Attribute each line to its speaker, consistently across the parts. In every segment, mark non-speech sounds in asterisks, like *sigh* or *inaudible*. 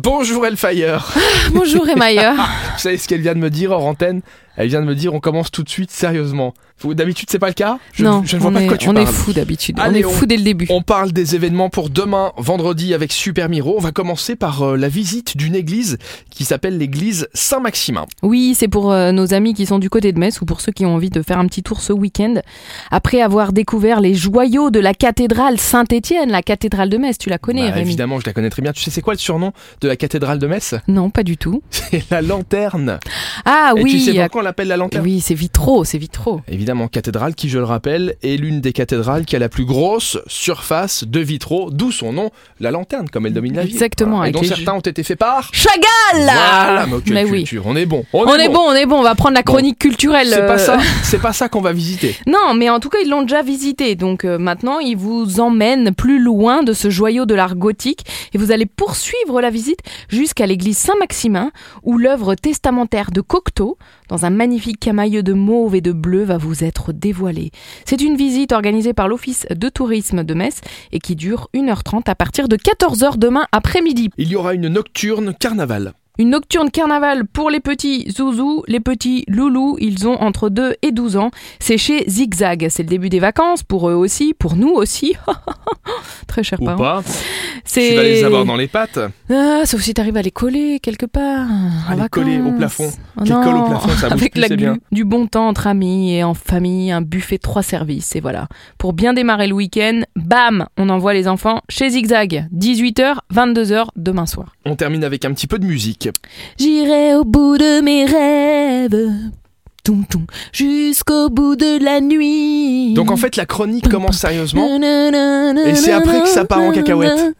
Speaker 1: Bonjour Elfire
Speaker 2: Bonjour Emmayer.
Speaker 1: *laughs* Vous savez ce qu'elle vient de me dire hors antenne Elle vient de me dire on commence tout de suite sérieusement. Faut- D'habitude c'est pas le cas je,
Speaker 2: non,
Speaker 1: je ne vois
Speaker 2: on
Speaker 1: pas de
Speaker 2: est,
Speaker 1: quoi tu
Speaker 2: on
Speaker 1: parles.
Speaker 2: est fou d'habitude. On
Speaker 1: Allez,
Speaker 2: est
Speaker 1: on-
Speaker 2: fou dès le début.
Speaker 1: On parle des événements pour demain, vendredi, avec Super Miro. On va commencer par euh, la visite d'une église qui s'appelle l'église Saint-Maximin.
Speaker 2: Oui, c'est pour euh, nos amis qui sont du côté de Metz ou pour ceux qui ont envie de faire un petit tour ce week-end. Après avoir découvert les joyaux de la cathédrale Saint-Étienne, la cathédrale de Metz, tu la connais,
Speaker 1: Bah,
Speaker 2: Rémi
Speaker 1: évidemment, je la connais très bien. Tu sais, c'est quoi le surnom de la cathédrale de Metz *laughs*
Speaker 2: Non, pas du tout.
Speaker 1: C'est la lanterne.
Speaker 2: Ah
Speaker 1: Et
Speaker 2: oui,
Speaker 1: tu sais
Speaker 2: à-
Speaker 1: pourquoi on l'appelle la lanterne
Speaker 2: oui, c'est vitraux, c'est vitraux.
Speaker 1: Évidemment, cathédrale qui, je le rappelle, est l'une des cathédrales qui a la plus grosse surface de vitraux, d'où son nom, la lanterne, comme elle domine la ville.
Speaker 2: Exactement,
Speaker 1: Voilà. Et
Speaker 2: avec
Speaker 1: dont
Speaker 2: les
Speaker 1: certains ont été faits par
Speaker 2: Chagall
Speaker 1: Voilà, mais, ok,
Speaker 2: Mais oui.
Speaker 1: culture, on est bon. On,
Speaker 2: On est bon, on est bon, on va prendre la
Speaker 1: Bon.
Speaker 2: chronique culturelle.
Speaker 1: C'est
Speaker 2: euh,
Speaker 1: pas ça, c'est pas ça qu'on va visiter.
Speaker 2: Non, mais en tout cas, ils l'ont déjà visité. Donc euh, maintenant, ils vous emmènent plus loin de ce joyau de l'art gothique et vous allez poursuivre la visite jusqu'à l'église Saint-Maximin où l'œuvre testamentaire de Cocteau, dans un magnifique camailleux de mauve et de bleu, va vous être dévoilée. C'est une visite organisée par l'Office de tourisme de Metz et qui dure 1h30 à partir de 14h demain après-midi.
Speaker 1: Il y aura une nocturne carnaval.
Speaker 2: Une nocturne carnaval pour les petits zouzous, les petits loulous, ils ont entre 2 et 12 ans. C'est chez Zigzag, c'est le début des vacances, pour eux aussi, pour nous aussi. *laughs* Très cher parents.
Speaker 1: pas.
Speaker 2: C'est...
Speaker 1: Tu vas les avoir dans les pattes.
Speaker 2: Ah, sauf si t'arrives à les coller quelque part.
Speaker 1: À
Speaker 2: en
Speaker 1: les coller au
Speaker 2: vacances.
Speaker 1: plafond.
Speaker 2: Oh
Speaker 1: Qu'ils collent au
Speaker 2: non.
Speaker 1: plafond,
Speaker 2: *laughs*
Speaker 1: Ah ça bouge
Speaker 2: Avec
Speaker 1: plus,
Speaker 2: la
Speaker 1: c'est
Speaker 2: glu,
Speaker 1: bien.
Speaker 2: du bon temps entre amis et en famille, un buffet trois services, et voilà. Pour bien démarrer le week-end, bam, on envoie les enfants chez Zigzag. 18h, 22h, demain soir.
Speaker 1: On termine avec un petit peu de musique.
Speaker 2: J'irai au bout de mes rêves. Toum, toum, jusqu'au bout de la nuit.
Speaker 1: Donc en fait, la chronique commence sérieusement.
Speaker 2: et
Speaker 1: et c'est après que ça part en cacahuète.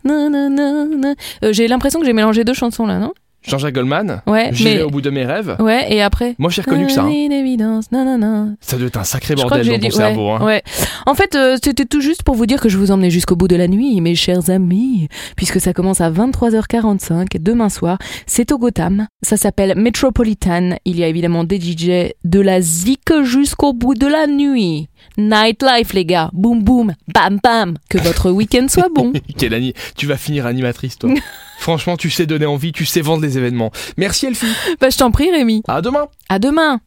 Speaker 2: Euh, j'ai l'impression que j'ai mélangé deux chansons là, non
Speaker 1: Jean-Jacques Goldman,
Speaker 2: Ouais,
Speaker 1: j'y vais
Speaker 2: Eh, mais Oh.
Speaker 1: au bout de mes rêves.
Speaker 2: ouais, et après.
Speaker 1: Moi, j'ai reconnu que ça. hein.
Speaker 2: Une évidence, non, non, non.
Speaker 1: Ça doit être un sacré
Speaker 2: Je crois que
Speaker 1: bordel
Speaker 2: j'ai
Speaker 1: dans
Speaker 2: dit
Speaker 1: ton
Speaker 2: ouais,
Speaker 1: cerveau. hein.
Speaker 2: ouais. En fait, euh, c'était tout juste pour vous dire que je vous emmenais jusqu'au bout de la nuit, mes chers amis, puisque ça commence à 23h45 demain soir. C'est au Gotham. Ça s'appelle Metropolitan. Il y a évidemment des DJ de la zik jusqu'au bout de la nuit. Nightlife, les gars. Boum boum, bam bam. Que votre week-end soit
Speaker 1: *laughs*
Speaker 2: bon.
Speaker 1: Quelle ani- Tu vas finir animatrice, toi. Franchement, tu sais donner envie, tu sais vendre les événements. Merci Elfie.
Speaker 2: bah, je t'en prie, Rémi.
Speaker 1: À demain.
Speaker 2: À demain.